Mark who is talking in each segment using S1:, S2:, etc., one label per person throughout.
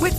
S1: With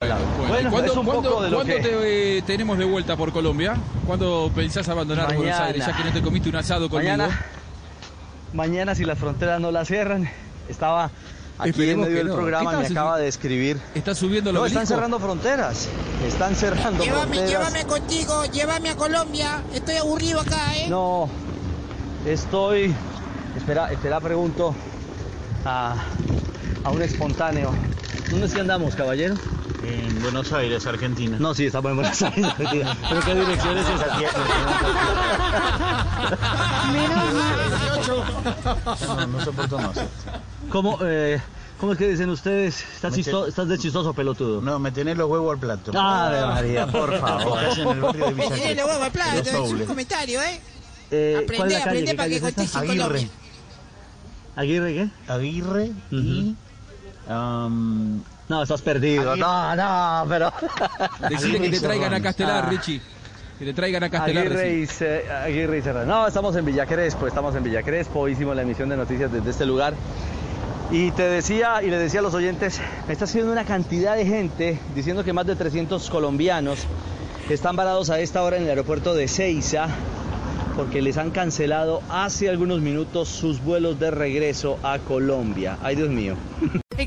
S2: Bueno,
S3: ¿Cuándo,
S2: es un
S3: cuándo-
S2: poco de lo
S3: cuándo
S2: que-
S3: te eh, tenemos de vuelta por Colombia? ¿Cuándo pensás abandonar Buenos
S2: Mañana.
S3: Aires ya que no te comiste un asado conmigo?
S2: Mañana, mañana si las fronteras no las cierran, estaba aquí en
S3: Esperemos
S2: medio
S3: que
S2: del
S3: no.
S2: programa,
S3: ¿Qué
S2: me
S3: estás-
S2: acaba de escribir.
S3: ¿Estás subiendo los
S2: No, están cerrando fronteras, están cerrando
S4: Llévame,
S2: fronteras.
S4: llévame contigo, llévame a Colombia. Estoy aburrido acá, ¿eh?
S2: No, estoy, espera, espera, pregunto a, a un espontáneo. ¿Dónde es que andamos, caballero?
S5: En Buenos Aires, Argentina.
S2: No, sí, estamos en Buenos Aires. mentira.
S5: ¿Pero qué dirección es esa? No, no soporto más.
S2: ¿Cómo, eh, ¿Cómo es que dicen ustedes? Estás,
S5: Me
S2: chisto-
S5: te-
S2: estás de chistoso, pelotudo.
S5: No, me tenés los huevos al plato.
S2: Ave María, por favor.
S5: Estás en el barrio de
S4: Me
S5: Villa
S4: tiré la hueva al plato,
S5: Los
S4: es un
S5: Saules.
S4: comentario, ¿eh?
S2: Eh, ¿cuál es la
S4: Aprende,
S2: calle?
S4: aprende
S2: ¿Qué
S4: para que
S2: calle es esta?
S4: contés en Colombia.
S5: Aguirre,
S2: ¿Aguirre qué?
S5: Aguirre y... um, am,
S2: No, estás perdido.
S5: Aguirre.
S2: No, no, pero.
S3: Decirle que te traigan a Castelar,
S2: Ah.
S3: Richie. Que te traigan a Castelar.
S2: Aguirre y, Ce- Aguirre y Serrano. No, estamos en Villa Crespo, estamos en Villa Crespo, hicimos la emisión de noticias desde este lugar. Y te decía, y le decía a los oyentes, me está haciendo una cantidad de gente diciendo que más de 300 colombianos están varados a esta hora en el aeropuerto de Ceiza porque les han cancelado hace algunos minutos sus vuelos de regreso a Colombia. Ay, Dios mío.
S6: Hey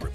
S7: Group.